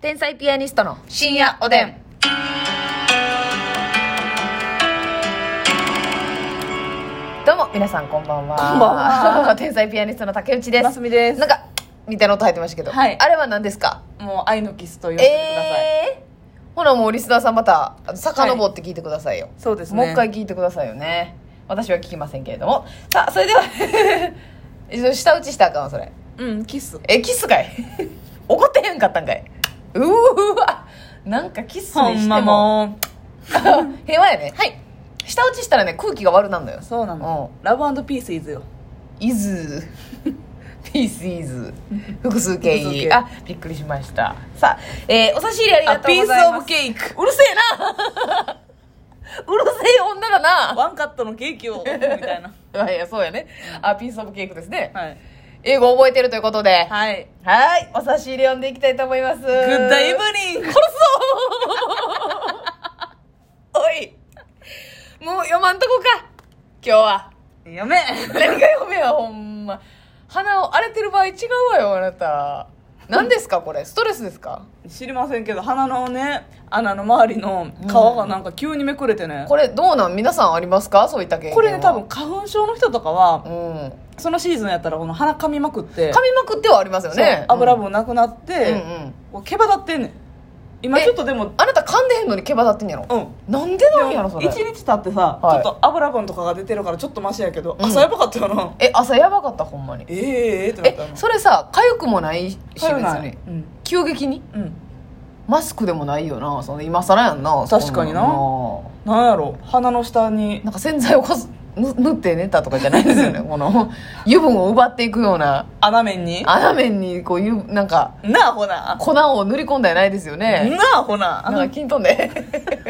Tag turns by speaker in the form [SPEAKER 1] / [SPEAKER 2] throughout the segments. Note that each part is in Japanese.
[SPEAKER 1] 天才ピアニストの
[SPEAKER 2] 深夜おでん。
[SPEAKER 1] どうも皆さんこんばんは
[SPEAKER 2] こんばん は
[SPEAKER 1] 天才ピアニストの竹内です
[SPEAKER 2] みで
[SPEAKER 1] なんかみたいな音入ってましたけど、
[SPEAKER 2] はい
[SPEAKER 1] あれは何ですか
[SPEAKER 2] もう愛のキスと呼んでください。
[SPEAKER 1] えー、ほなもうリスナーさんまた遡って聞いてくださいよ、
[SPEAKER 2] そうですね。
[SPEAKER 1] もう一回。聞いてくださいよね私は聞きませんけれどもさあそれでは え下打ちしたらあかんわそれ
[SPEAKER 2] うん、キス。
[SPEAKER 1] えキスかい怒ってへんかったんかいうーわなんかキス
[SPEAKER 2] ほ
[SPEAKER 1] に
[SPEAKER 2] ん
[SPEAKER 1] し
[SPEAKER 2] ま
[SPEAKER 1] ても
[SPEAKER 2] も
[SPEAKER 1] 平和やね
[SPEAKER 2] う。はい。
[SPEAKER 1] 下打ちしたらね空気が悪なんだよ
[SPEAKER 2] そうなの
[SPEAKER 1] う。
[SPEAKER 2] ラブピースイズよ。
[SPEAKER 1] イズピースイズ複数形
[SPEAKER 2] 複数形
[SPEAKER 1] あびっくりしましたさあ、えーお差し入れありがとうございます
[SPEAKER 2] ピースオブケー
[SPEAKER 1] うるせえな うるせえ女だ
[SPEAKER 2] キ。
[SPEAKER 1] な
[SPEAKER 2] ワンカットのケーキを、みたいな。
[SPEAKER 1] いやいやそうやねあピースオブケークですね、
[SPEAKER 2] はい。
[SPEAKER 1] 英語覚えてるということで
[SPEAKER 2] はい。
[SPEAKER 1] はいお差し入れ読んでいきたいと思いますグ
[SPEAKER 2] グッドイブニング。殺
[SPEAKER 1] おいもう読まんとこか今日は
[SPEAKER 2] そうやめ。
[SPEAKER 1] 何が読め やほんま鼻を荒れてる場合違うわよあなた何ですかこれストレスですか
[SPEAKER 2] 知りませんけど、鼻のね、穴の周りの皮がなんか急にめくれてね。
[SPEAKER 1] これどうなん皆さんありますかそういった経験は
[SPEAKER 2] これね、多分花粉症の人とかは、
[SPEAKER 1] うん
[SPEAKER 2] そのシーズンやったらこの鼻噛みまくって、
[SPEAKER 1] 噛みまくってはありますよね
[SPEAKER 2] そう油
[SPEAKER 1] 分
[SPEAKER 2] 分なくなっ
[SPEAKER 1] うんう
[SPEAKER 2] て、
[SPEAKER 1] ん
[SPEAKER 2] こう毛羽立ってんねん。今
[SPEAKER 1] え
[SPEAKER 2] ちょっとでも、
[SPEAKER 1] あなた噛んでへんのに毛羽立ってんやろ
[SPEAKER 2] うん。
[SPEAKER 1] なんでなんやろそ
[SPEAKER 2] 一
[SPEAKER 1] れ
[SPEAKER 2] 日経ってさ、
[SPEAKER 1] はい
[SPEAKER 2] ちょっと油分とかが出てるからちょっとマシやけど、
[SPEAKER 1] うん
[SPEAKER 2] 朝やばかったよな
[SPEAKER 1] え朝やばかったほんまに
[SPEAKER 2] ええええってなった
[SPEAKER 1] え
[SPEAKER 2] の
[SPEAKER 1] それさ痒くもないし別
[SPEAKER 2] 帰らない
[SPEAKER 1] に
[SPEAKER 2] うん、
[SPEAKER 1] 急激に
[SPEAKER 2] うん、
[SPEAKER 1] マスクでもないよなその今更やんな
[SPEAKER 2] 確かにな
[SPEAKER 1] そんんな
[SPEAKER 2] なんやろ鼻の下に
[SPEAKER 1] なんか洗剤をこすぬ塗って寝たとかじゃないですよねこの油分を奪っていくような
[SPEAKER 2] 穴面に
[SPEAKER 1] 穴面にこういうなんか
[SPEAKER 2] なあほな、
[SPEAKER 1] 粉を塗り込んだやないですよね
[SPEAKER 2] なあほな
[SPEAKER 1] なんか金とんで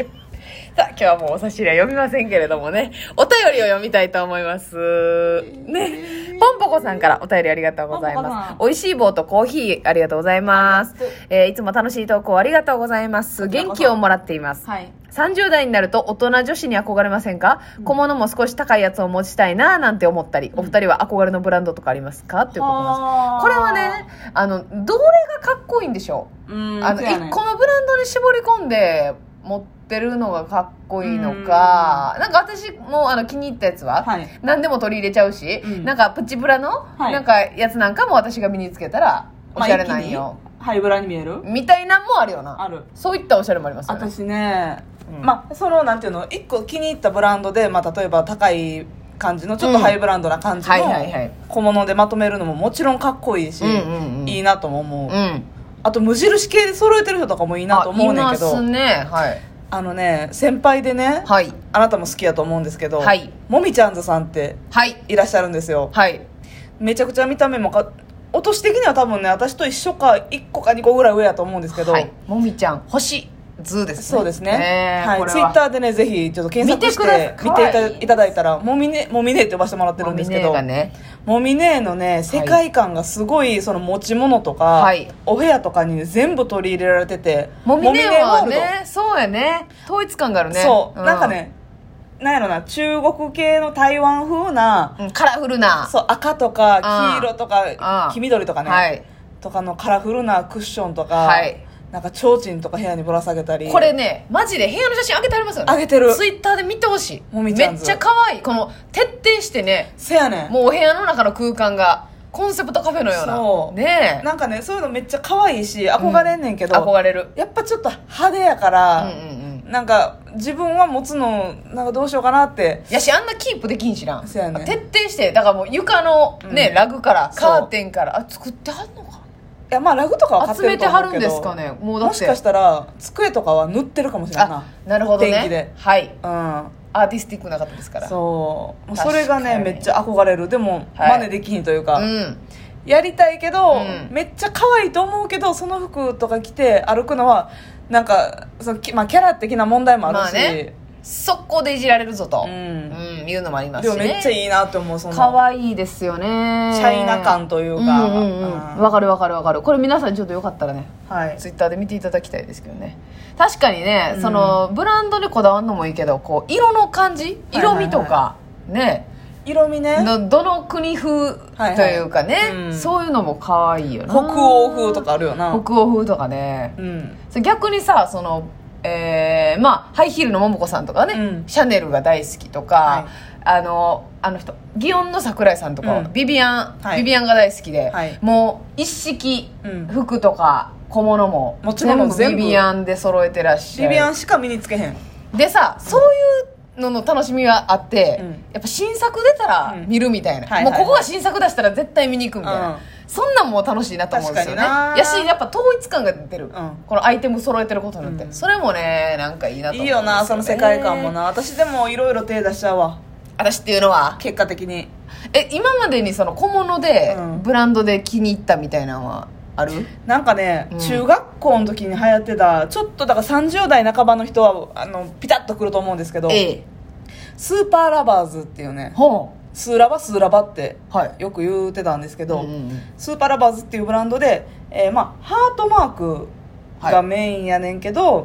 [SPEAKER 1] さあ今日はもうお差し入れは読みませんけれどもねお便りを読みたいと思いますねポンポコさんからお便りありがとうござい
[SPEAKER 2] ポンポコ
[SPEAKER 1] ま
[SPEAKER 2] さん
[SPEAKER 1] す美味しい棒とコーヒーありがとうございます、えーいつも楽しい投稿ありがとうございます元気をもらっています
[SPEAKER 2] はい
[SPEAKER 1] 30代になると大人女子に憧れませんか小物も少し高いやつを持ちたいなぁなんて思ったり、お二人は憧れのブランドとかありますかっていうことなんです
[SPEAKER 2] はあ
[SPEAKER 1] これはねあのどれがかっこいいんでしょ
[SPEAKER 2] う
[SPEAKER 1] う、
[SPEAKER 2] ん
[SPEAKER 1] あの
[SPEAKER 2] そうやね
[SPEAKER 1] 1個のブランドに絞り込んで持ってるのがかっこいいのか、なんか私もあの気に入ったやつは、
[SPEAKER 2] はい
[SPEAKER 1] 何でも取り入れちゃうし、
[SPEAKER 2] うん
[SPEAKER 1] なんかプチブラの、
[SPEAKER 2] はい
[SPEAKER 1] なんかやつなんかも私が身につけたらお
[SPEAKER 2] まあ
[SPEAKER 1] しゃれなんよ、
[SPEAKER 2] 一気にハイブラに見える
[SPEAKER 1] みたいなんもあるよな
[SPEAKER 2] ある
[SPEAKER 1] そういったおしゃれもありますよね
[SPEAKER 2] 私ね、
[SPEAKER 1] うん
[SPEAKER 2] まあそのなんていうの一個気に入ったブランドで、まあ、例えば高い感じのちょっとハイブランドな感じの
[SPEAKER 1] うんはいはいはい
[SPEAKER 2] 小物でまとめるのももちろんかっこいいし、
[SPEAKER 1] うんうんうん
[SPEAKER 2] いいなとも思う、
[SPEAKER 1] うん
[SPEAKER 2] あと無印系で揃えてる人とかもいいなと思うねんけど
[SPEAKER 1] あいます
[SPEAKER 2] あ
[SPEAKER 1] ねはい
[SPEAKER 2] のね先輩でね、
[SPEAKER 1] はい
[SPEAKER 2] あなたも好きやと思うんですけど、
[SPEAKER 1] はい
[SPEAKER 2] もみちゃんずさんって
[SPEAKER 1] はい
[SPEAKER 2] いらっしゃるんですよ
[SPEAKER 1] はい
[SPEAKER 2] めちゃくちゃ見た目もかお年的には多分ね私と一緒か1個か2個ぐらい上やと思うんですけど、
[SPEAKER 1] はいもみちゃん星図ですね
[SPEAKER 2] そうですね。
[SPEAKER 1] え
[SPEAKER 2] はい。ツイッターでね、ぜひちょっと検索して
[SPEAKER 1] 見てく
[SPEAKER 2] 見
[SPEAKER 1] ださ
[SPEAKER 2] て
[SPEAKER 1] い
[SPEAKER 2] いた
[SPEAKER 1] 可愛い
[SPEAKER 2] いただいたら、もみね、もみねって呼ばせてもらってるんですけど、
[SPEAKER 1] がね
[SPEAKER 2] もみねのね、世界観がすごい、その持ち物とか、
[SPEAKER 1] はい
[SPEAKER 2] お部屋とかに、ね、全部取り入れられてて、
[SPEAKER 1] もみねは
[SPEAKER 2] もみね
[SPEAKER 1] ねそうやね統一感がある
[SPEAKER 2] ワールド
[SPEAKER 1] ね
[SPEAKER 2] そう、
[SPEAKER 1] ん
[SPEAKER 2] なんかね、なんやろな、中国系の台湾風な、
[SPEAKER 1] うんカラフルな
[SPEAKER 2] そう、赤とか、黄色と
[SPEAKER 1] あ
[SPEAKER 2] か
[SPEAKER 1] あ、
[SPEAKER 2] 黄緑とかね、
[SPEAKER 1] はい
[SPEAKER 2] とかのカラフルなクッションとか、
[SPEAKER 1] はい
[SPEAKER 2] なんか、提灯とか部屋にぶら下げたり。
[SPEAKER 1] これねマジで部屋の写真上げてありますよね
[SPEAKER 2] 上げてる
[SPEAKER 1] ツイッターで見てほしい
[SPEAKER 2] もみちゃん
[SPEAKER 1] めっ
[SPEAKER 2] 図
[SPEAKER 1] ちゃ可愛いこの徹底してね
[SPEAKER 2] せやねん。
[SPEAKER 1] もうお部屋の中の空間がコンセプトカフェのような
[SPEAKER 2] そう
[SPEAKER 1] ねえ
[SPEAKER 2] なんかねそういうのめっちゃ可愛いし憧れんねんけど、
[SPEAKER 1] 憧れる
[SPEAKER 2] やっぱちょっと派手やか
[SPEAKER 1] うんう
[SPEAKER 2] ら、
[SPEAKER 1] んうん
[SPEAKER 2] なんか自分は持つのなんかどうしようかなって
[SPEAKER 1] やしあんなキープできんしな
[SPEAKER 2] そうやね
[SPEAKER 1] 徹底してだからもう床のね、
[SPEAKER 2] うん
[SPEAKER 1] ラグから
[SPEAKER 2] そう
[SPEAKER 1] カーテンからあ作ってはんのか
[SPEAKER 2] いやまあラグとかは買って
[SPEAKER 1] 集め
[SPEAKER 2] る
[SPEAKER 1] て
[SPEAKER 2] と
[SPEAKER 1] はる
[SPEAKER 2] 思うんけ
[SPEAKER 1] で
[SPEAKER 2] ど
[SPEAKER 1] すかねもうだって
[SPEAKER 2] もしかしたら机とかは塗ってるかもしれん
[SPEAKER 1] あ
[SPEAKER 2] な
[SPEAKER 1] なるほどね
[SPEAKER 2] 天気で
[SPEAKER 1] はい
[SPEAKER 2] うん
[SPEAKER 1] アーティスティックな方ですからう
[SPEAKER 2] そうも
[SPEAKER 1] 確
[SPEAKER 2] う
[SPEAKER 1] か
[SPEAKER 2] そ
[SPEAKER 1] に
[SPEAKER 2] れがねめっちゃ憧れるでも、
[SPEAKER 1] はい
[SPEAKER 2] 真似できひんというか、
[SPEAKER 1] ん
[SPEAKER 2] やりたいけ
[SPEAKER 1] う
[SPEAKER 2] ど、
[SPEAKER 1] ん
[SPEAKER 2] めっちゃ可愛いと思うけどその服とか着て歩くのはなんかそのきまあ、キャラ的な問題もあるし、
[SPEAKER 1] まあね速攻でいじられるぞと、
[SPEAKER 2] うん
[SPEAKER 1] うんいうのもあります
[SPEAKER 2] で
[SPEAKER 1] し
[SPEAKER 2] も
[SPEAKER 1] ね
[SPEAKER 2] めっちゃいいなって思うその
[SPEAKER 1] 可愛いですよね
[SPEAKER 2] チャイナ感といううんか、
[SPEAKER 1] うんうんわかるわかるわかるこれ皆さんちょっとよかったらね
[SPEAKER 2] はい
[SPEAKER 1] ツイッターで見ていただきたいですけどね確かにね、
[SPEAKER 2] うん
[SPEAKER 1] そのブランドにこだわるのもいいけどこう色の感じ
[SPEAKER 2] はいはい
[SPEAKER 1] 色
[SPEAKER 2] はい
[SPEAKER 1] 味とか、ね
[SPEAKER 2] 色味ね
[SPEAKER 1] どどの国風
[SPEAKER 2] はいはい
[SPEAKER 1] というかね、
[SPEAKER 2] うん
[SPEAKER 1] そういうのも可愛いよな
[SPEAKER 2] 北欧風とかあるよな
[SPEAKER 1] 北欧風とかね
[SPEAKER 2] うん
[SPEAKER 1] それ逆にさそのえーまあハイヒールの桃子さんとかね、
[SPEAKER 2] うん
[SPEAKER 1] シャネルが大好きとか、あのあの人祇園の桜井さんとか、
[SPEAKER 2] うん
[SPEAKER 1] ビビアン、
[SPEAKER 2] はい
[SPEAKER 1] ビビアンが大好きで、
[SPEAKER 2] はい
[SPEAKER 1] もう一式
[SPEAKER 2] うん
[SPEAKER 1] 服とか小物も
[SPEAKER 2] もちろん全部
[SPEAKER 1] ビビアンで揃えてらっしゃ
[SPEAKER 2] ビ
[SPEAKER 1] る
[SPEAKER 2] ビアンしか身につけへん
[SPEAKER 1] でさそういうのの楽しみはあって、
[SPEAKER 2] うん
[SPEAKER 1] やっぱ新作出たら
[SPEAKER 2] うん
[SPEAKER 1] 見るみたいな、
[SPEAKER 2] はいはいはい
[SPEAKER 1] もうここが新作出したら絶対見に行くみたいな、
[SPEAKER 2] うん
[SPEAKER 1] そんなんも楽しいなと思うんですよね
[SPEAKER 2] 確かにな
[SPEAKER 1] やしやっぱ統一感が出てる、このアイテム揃えてることによって、
[SPEAKER 2] うん
[SPEAKER 1] それもねなんかいいなと思うんです
[SPEAKER 2] いいよなその世界観もな私でもいろいろ手出しちゃうわ
[SPEAKER 1] 私っていうのは
[SPEAKER 2] 結果的に
[SPEAKER 1] え今までにその小物で、
[SPEAKER 2] うん
[SPEAKER 1] ブランドで気に入ったみたいなのはある
[SPEAKER 2] なんかね、
[SPEAKER 1] うん
[SPEAKER 2] 中学校の時に流行ってたちょっとだから30代半ばの人はあのピタッとくると思うんですけど、
[SPEAKER 1] ええ
[SPEAKER 2] スーパーラバーズっていうね
[SPEAKER 1] ほ
[SPEAKER 2] スーラバスーラバって
[SPEAKER 1] うはい
[SPEAKER 2] よく言うてたんですけど、
[SPEAKER 1] うんうんうん
[SPEAKER 2] スーパーラバーズっていうブランドで、えーまあ、ハートマークがメインやねんけど、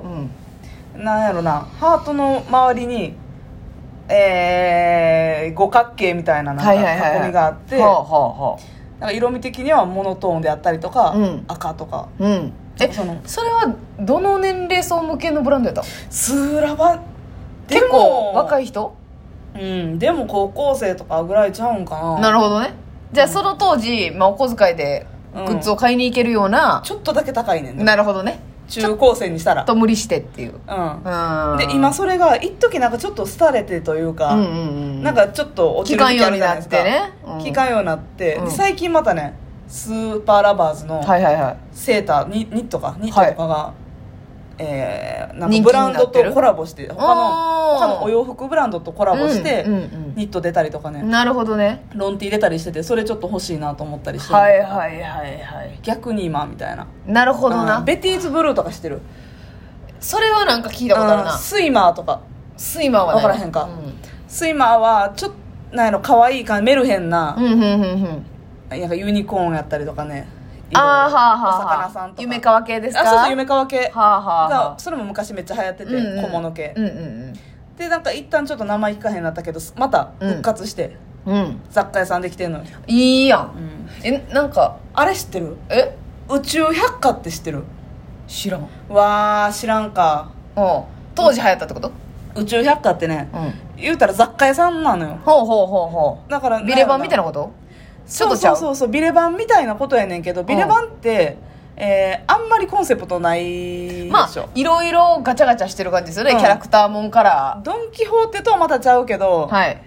[SPEAKER 1] うん
[SPEAKER 2] なんやろなハートの周りに、えー五角形みたいななんか
[SPEAKER 1] はいはいはい
[SPEAKER 2] 囲みがあって、
[SPEAKER 1] ほうほ
[SPEAKER 2] なんか色味的にはモノトーンであったりとか、
[SPEAKER 1] うん
[SPEAKER 2] 赤とか
[SPEAKER 1] うほううんえ
[SPEAKER 2] その
[SPEAKER 1] それはどの年齢層向けのブランドやったの
[SPEAKER 2] スーラバで
[SPEAKER 1] 結構若
[SPEAKER 2] い、
[SPEAKER 1] い人
[SPEAKER 2] うん、でも高校生とかぐらいちゃうんかな
[SPEAKER 1] なるほどねじゃあその当時、まあ、お小遣いでグッズを買いに行けるような、
[SPEAKER 2] ちょっとだけ高いねんね
[SPEAKER 1] なるほどね
[SPEAKER 2] 中高生にしたら
[SPEAKER 1] と無理してっていう
[SPEAKER 2] う
[SPEAKER 1] うん
[SPEAKER 2] んで今それが一時なんかちょっと廃れてというか、
[SPEAKER 1] うんうんうん
[SPEAKER 2] なんかちょっと落ち
[SPEAKER 1] 期
[SPEAKER 2] る
[SPEAKER 1] 間
[SPEAKER 2] 時期あ
[SPEAKER 1] 用
[SPEAKER 2] る
[SPEAKER 1] に
[SPEAKER 2] じゃ
[SPEAKER 1] ない
[SPEAKER 2] なで
[SPEAKER 1] っ
[SPEAKER 2] すか
[SPEAKER 1] てね、うん
[SPEAKER 2] 期間用になって、
[SPEAKER 1] うん
[SPEAKER 2] で最近またねスーパーラバーズの
[SPEAKER 1] はいはいはい
[SPEAKER 2] セーターニニットかニットとかが、えーなんか
[SPEAKER 1] 人気
[SPEAKER 2] ブ
[SPEAKER 1] にな
[SPEAKER 2] ラ
[SPEAKER 1] ってる
[SPEAKER 2] ンドとコラボして他
[SPEAKER 1] あー
[SPEAKER 2] の他のお洋服ブランドとコラボして、
[SPEAKER 1] うんうん
[SPEAKER 2] ニット出たりとか
[SPEAKER 1] う
[SPEAKER 2] ね、
[SPEAKER 1] んなるほどね
[SPEAKER 2] ロンティー出たりしててそれちょっと欲しいなと思ったりしてる
[SPEAKER 1] はいはいはいはい
[SPEAKER 2] 逆に今みたいな
[SPEAKER 1] なるほどな、
[SPEAKER 2] うんベティーズブルーとかしてる
[SPEAKER 1] それはなんか聞いたことあるな、
[SPEAKER 2] うんスイマーとか
[SPEAKER 1] スイマーはね
[SPEAKER 2] わからへんか
[SPEAKER 1] うん
[SPEAKER 2] スイマーはちょっとなんやろ可愛い感じメルヘンな,、
[SPEAKER 1] うんうんうんうん
[SPEAKER 2] なんかユニコーンやったりとかね
[SPEAKER 1] ああーはあはあ
[SPEAKER 2] お
[SPEAKER 1] はあ
[SPEAKER 2] 魚さんとか
[SPEAKER 1] 夢川系ですか
[SPEAKER 2] あそうそう夢川系
[SPEAKER 1] はあはあは
[SPEAKER 2] が
[SPEAKER 1] あ
[SPEAKER 2] それも昔めっちゃ流行ってて、
[SPEAKER 1] うんうん
[SPEAKER 2] 小物系、
[SPEAKER 1] うんうん
[SPEAKER 2] でなんか一旦ちょっと名前聞かへんなったけどまた復活して、
[SPEAKER 1] うんうん
[SPEAKER 2] 雑貨屋さんできてんのよ、
[SPEAKER 1] いいやんえなんか
[SPEAKER 2] あれ知ってる
[SPEAKER 1] え
[SPEAKER 2] 宇宙百科って知ってる
[SPEAKER 1] 知らんうん
[SPEAKER 2] わー知らんか
[SPEAKER 1] 当時流行ったってこと
[SPEAKER 2] 宇宙百科ってね
[SPEAKER 1] うん
[SPEAKER 2] 言うたら雑貨屋さんなのよ
[SPEAKER 1] ほうほうほうほ
[SPEAKER 2] だから
[SPEAKER 1] うビレバンみたい
[SPEAKER 2] な
[SPEAKER 1] なことち
[SPEAKER 2] そ
[SPEAKER 1] ょっ
[SPEAKER 2] う
[SPEAKER 1] とちゃ
[SPEAKER 2] そう
[SPEAKER 1] う
[SPEAKER 2] そうそうビレバンみたいなことやねんけどビレバンって、えーあんまりコンセプトないでしょ、
[SPEAKER 1] まあいろいろガチャガチャしてる感じですよね、
[SPEAKER 2] うん
[SPEAKER 1] キャラクターもんから
[SPEAKER 2] ドン・キホーテとはまたちゃうけど、
[SPEAKER 1] はい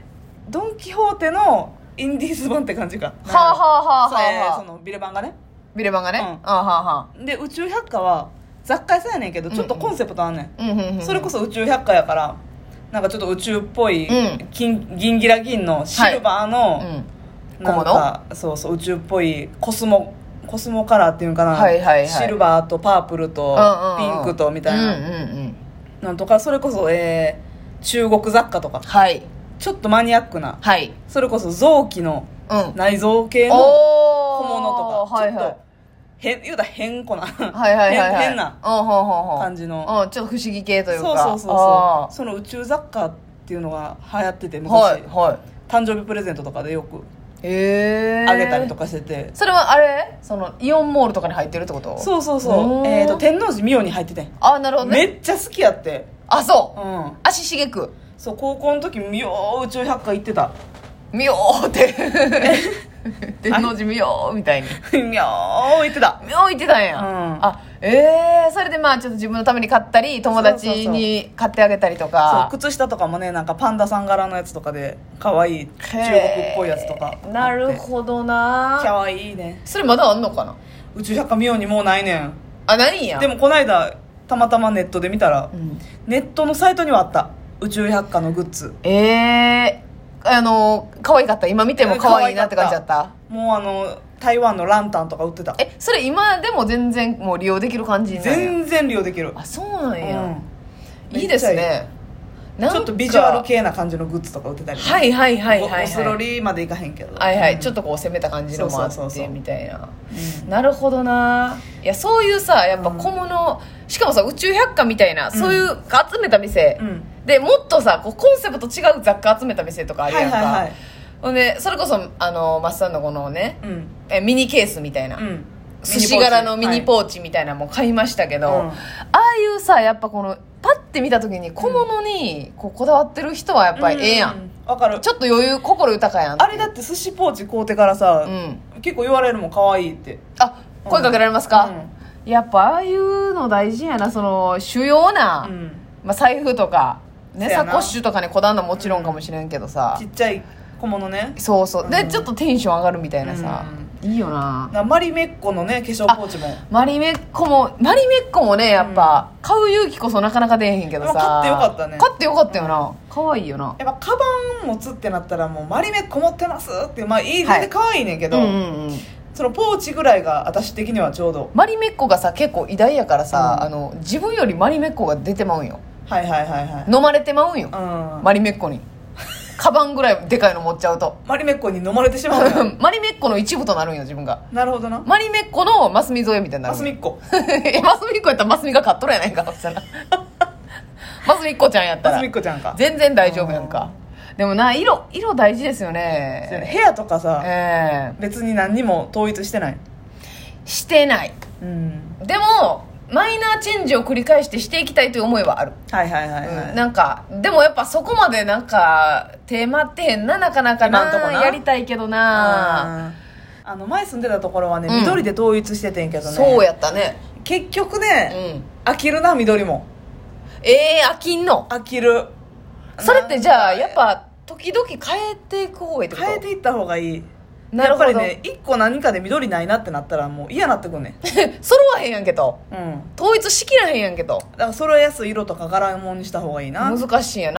[SPEAKER 2] ドン・キホーテのインディーズ版って感じか
[SPEAKER 1] はあはあはあはあ
[SPEAKER 2] そうえー
[SPEAKER 1] はあ
[SPEAKER 2] そのビレバンがね
[SPEAKER 1] ビレバンがね、
[SPEAKER 2] うん
[SPEAKER 1] ああはあは
[SPEAKER 2] で宇宙百科は雑貨屋さんやねんけどちょっとコンセプトあんねん、
[SPEAKER 1] あうんうんうん
[SPEAKER 2] それこそ宇宙百科やからなんかちょっと宇宙っぽい
[SPEAKER 1] うん
[SPEAKER 2] 金、銀ギラ銀のシルバー
[SPEAKER 1] う
[SPEAKER 2] の、
[SPEAKER 1] ん
[SPEAKER 2] なんかそうそう宇宙っぽいコスモコスモカラーっていうんかな、
[SPEAKER 1] はいはいはい
[SPEAKER 2] シルバーとパープルと
[SPEAKER 1] うん
[SPEAKER 2] ピ
[SPEAKER 1] うんうん
[SPEAKER 2] ンクとみたいな、
[SPEAKER 1] うんうんうん
[SPEAKER 2] なんとかそれこそ、えー中国雑貨とか
[SPEAKER 1] はい
[SPEAKER 2] ちょっとマニアックな
[SPEAKER 1] はい
[SPEAKER 2] それこそ臓器の
[SPEAKER 1] うん
[SPEAKER 2] 内臓系
[SPEAKER 1] お
[SPEAKER 2] の
[SPEAKER 1] お
[SPEAKER 2] 小物とか、
[SPEAKER 1] はい
[SPEAKER 2] ちょっと
[SPEAKER 1] は
[SPEAKER 2] 変言うたら変こな、
[SPEAKER 1] いはいはいはい
[SPEAKER 2] 変変な
[SPEAKER 1] うんほうほうほう
[SPEAKER 2] 感じの
[SPEAKER 1] うんちょっと不思議系と
[SPEAKER 2] そ
[SPEAKER 1] いうう
[SPEAKER 2] そう
[SPEAKER 1] か
[SPEAKER 2] そうそうその宇宙雑貨っていうのが流行ってて
[SPEAKER 1] う
[SPEAKER 2] 昔、
[SPEAKER 1] はいはい
[SPEAKER 2] 誕生日プレゼントとかでよく
[SPEAKER 1] へえ
[SPEAKER 2] あげたりと
[SPEAKER 1] か
[SPEAKER 2] かしてて、
[SPEAKER 1] それはあれそのイオンモールとかに入ってるってことう
[SPEAKER 2] そうそうそうう、
[SPEAKER 1] ん
[SPEAKER 2] えー、と天王寺美桜に入っててん
[SPEAKER 1] あなるほどね
[SPEAKER 2] めっちゃ好きやって
[SPEAKER 1] あそううん足しげく
[SPEAKER 2] そう高校の時美桜宇宙百科行ってた
[SPEAKER 1] みよーって天王寺みよーみたいに
[SPEAKER 2] 美桜行ってた
[SPEAKER 1] みよー言ってたんや、
[SPEAKER 2] うん
[SPEAKER 1] あええそれでまあちょっと自分のために買ったり友達に買ってあげたりと
[SPEAKER 2] そう
[SPEAKER 1] か
[SPEAKER 2] 靴下とかもねなんかパンダさん柄のやつとかで可愛い中国っぽいやつとか
[SPEAKER 1] へーなる
[SPEAKER 2] ど
[SPEAKER 1] ほど
[SPEAKER 2] か
[SPEAKER 1] な
[SPEAKER 2] わいいね
[SPEAKER 1] それまだあんのかな
[SPEAKER 2] 宇宙百科美桜にもうないねん
[SPEAKER 1] あないんや
[SPEAKER 2] でもこないだたまたまネットで見たら、
[SPEAKER 1] うん
[SPEAKER 2] ネットのサイトにはあった宇宙百科のグッズ
[SPEAKER 1] ええあの可愛かった今見ても可愛いなって感じだった
[SPEAKER 2] もうあの台湾のランタンとか売ってた
[SPEAKER 1] えそれ今でも全然もう利用できる感じになる
[SPEAKER 2] 全然利用できる
[SPEAKER 1] あそうなんや、
[SPEAKER 2] うん
[SPEAKER 1] いいです
[SPEAKER 2] めっちゃ
[SPEAKER 1] ねなん
[SPEAKER 2] ち
[SPEAKER 1] か
[SPEAKER 2] ょっとビジュアル系な感じのグッズとか売ってたり
[SPEAKER 1] はいはいはいはいはい
[SPEAKER 2] おスロリまでいかへんけど
[SPEAKER 1] はいはい、
[SPEAKER 2] うん
[SPEAKER 1] ちょっとこう攻めた感じのもあっ
[SPEAKER 2] そうそうそう
[SPEAKER 1] て
[SPEAKER 2] そう
[SPEAKER 1] みたいな
[SPEAKER 2] うん
[SPEAKER 1] なるほどないやそういうさやっぱ小物、しかもさ宇宙百科みたいな、そういう集めた店、
[SPEAKER 2] うん
[SPEAKER 1] でもっとさこうコンセプト違う雑貨集めた店とかあるやんか、
[SPEAKER 2] はいはいはい
[SPEAKER 1] ほんでそれこそあのマスタンのこのね
[SPEAKER 2] うん
[SPEAKER 1] えミニケースみたいな、
[SPEAKER 2] うん
[SPEAKER 1] 寿司柄のミニ
[SPEAKER 2] ー
[SPEAKER 1] ポーチみたいなのも買いましたけど、
[SPEAKER 2] うん
[SPEAKER 1] ああいうさやっぱこのパッて見た時に小物にこうこだわってる人はやっぱりええやん、
[SPEAKER 2] わかる
[SPEAKER 1] ちょっと余裕心豊かやん
[SPEAKER 2] あれだって寿司ポーチ買うてからさ
[SPEAKER 1] う、ん
[SPEAKER 2] 結構言われるもん可愛いって
[SPEAKER 1] あ声かけられますか、
[SPEAKER 2] う
[SPEAKER 1] やっぱああいうの大事やなその主要な、
[SPEAKER 2] んうん
[SPEAKER 1] まあ、財布とか、ね、
[SPEAKER 2] そ
[SPEAKER 1] サ
[SPEAKER 2] やな
[SPEAKER 1] コッシュとかにこだわるのもちろんかもしれんけどさ
[SPEAKER 2] ち、っちゃい小物ね
[SPEAKER 1] そうそうで、
[SPEAKER 2] うん
[SPEAKER 1] ちょっとテンション上がるみたいなさ、いいよな
[SPEAKER 2] なマリメッコのね化粧ポーチも
[SPEAKER 1] マリメッコもマリメッコもねやっぱ、買う勇気こそなかなか出えへんけどさ
[SPEAKER 2] でも買ってよかったね
[SPEAKER 1] 買ってよかったよな、可愛いよな
[SPEAKER 2] やっぱカバン持つってなったらもうマリメッコ持ってますってまあいい
[SPEAKER 1] はい
[SPEAKER 2] 全然可愛いねんけ
[SPEAKER 1] う
[SPEAKER 2] ど、
[SPEAKER 1] んうんうん
[SPEAKER 2] そのポーチぐらいが私的にはちょうど
[SPEAKER 1] マリメッコがさ結構偉大やからさ、
[SPEAKER 2] うん
[SPEAKER 1] あの自分よりマリメッコが出てまうんよ
[SPEAKER 2] はいはいはいはい
[SPEAKER 1] 飲まれてまうんよ、
[SPEAKER 2] うん
[SPEAKER 1] マリメッコにカバンぐらいでかいの持っちゃうと
[SPEAKER 2] マリメッコに飲まれてしまうのよ
[SPEAKER 1] マリメッコの一部となるんよ自分が
[SPEAKER 2] なるほどな
[SPEAKER 1] マリメッコのマスミ添えみたいにな
[SPEAKER 2] マ
[SPEAKER 1] る
[SPEAKER 2] スミッコ
[SPEAKER 1] えマスミっ子やったらマスミが買っとるやないかそ したらマスミっ子ちゃんやった
[SPEAKER 2] マス
[SPEAKER 1] ら
[SPEAKER 2] ミッコちゃんか
[SPEAKER 1] 全然大丈夫やんかでもな色色大事ですよね
[SPEAKER 2] 部屋とかさ
[SPEAKER 1] ええ
[SPEAKER 2] 別に何にも統一してない
[SPEAKER 1] してない
[SPEAKER 2] うん
[SPEAKER 1] でもマイナーチェンジを繰り返してしていきたいという思いはある、
[SPEAKER 2] はいはいはい
[SPEAKER 1] うん
[SPEAKER 2] は
[SPEAKER 1] なんかでもやっぱそこまでなんか手間ってへんななかなかな
[SPEAKER 2] 今んとこな、
[SPEAKER 1] やりたいけどない
[SPEAKER 2] うんあの前住んでたところはね、
[SPEAKER 1] うん
[SPEAKER 2] 緑で統一しててんけどね
[SPEAKER 1] そうやったね
[SPEAKER 2] 結局
[SPEAKER 1] うん
[SPEAKER 2] ね、飽きるな緑も
[SPEAKER 1] ええー、飽きんの
[SPEAKER 2] 飽きる
[SPEAKER 1] それってじゃあやっ
[SPEAKER 2] ぱ
[SPEAKER 1] ぱ時々変えていく方がいいってこと
[SPEAKER 2] 変えていった方がいい
[SPEAKER 1] なるほど
[SPEAKER 2] やっぱりね一個何かで緑ないなってなったらもう嫌なってくんね
[SPEAKER 1] 揃わへんやんけと
[SPEAKER 2] うん
[SPEAKER 1] 統一しきらへんやんけと
[SPEAKER 2] だから揃えやすい色とか柄物にした方がいいな
[SPEAKER 1] 難しいんやな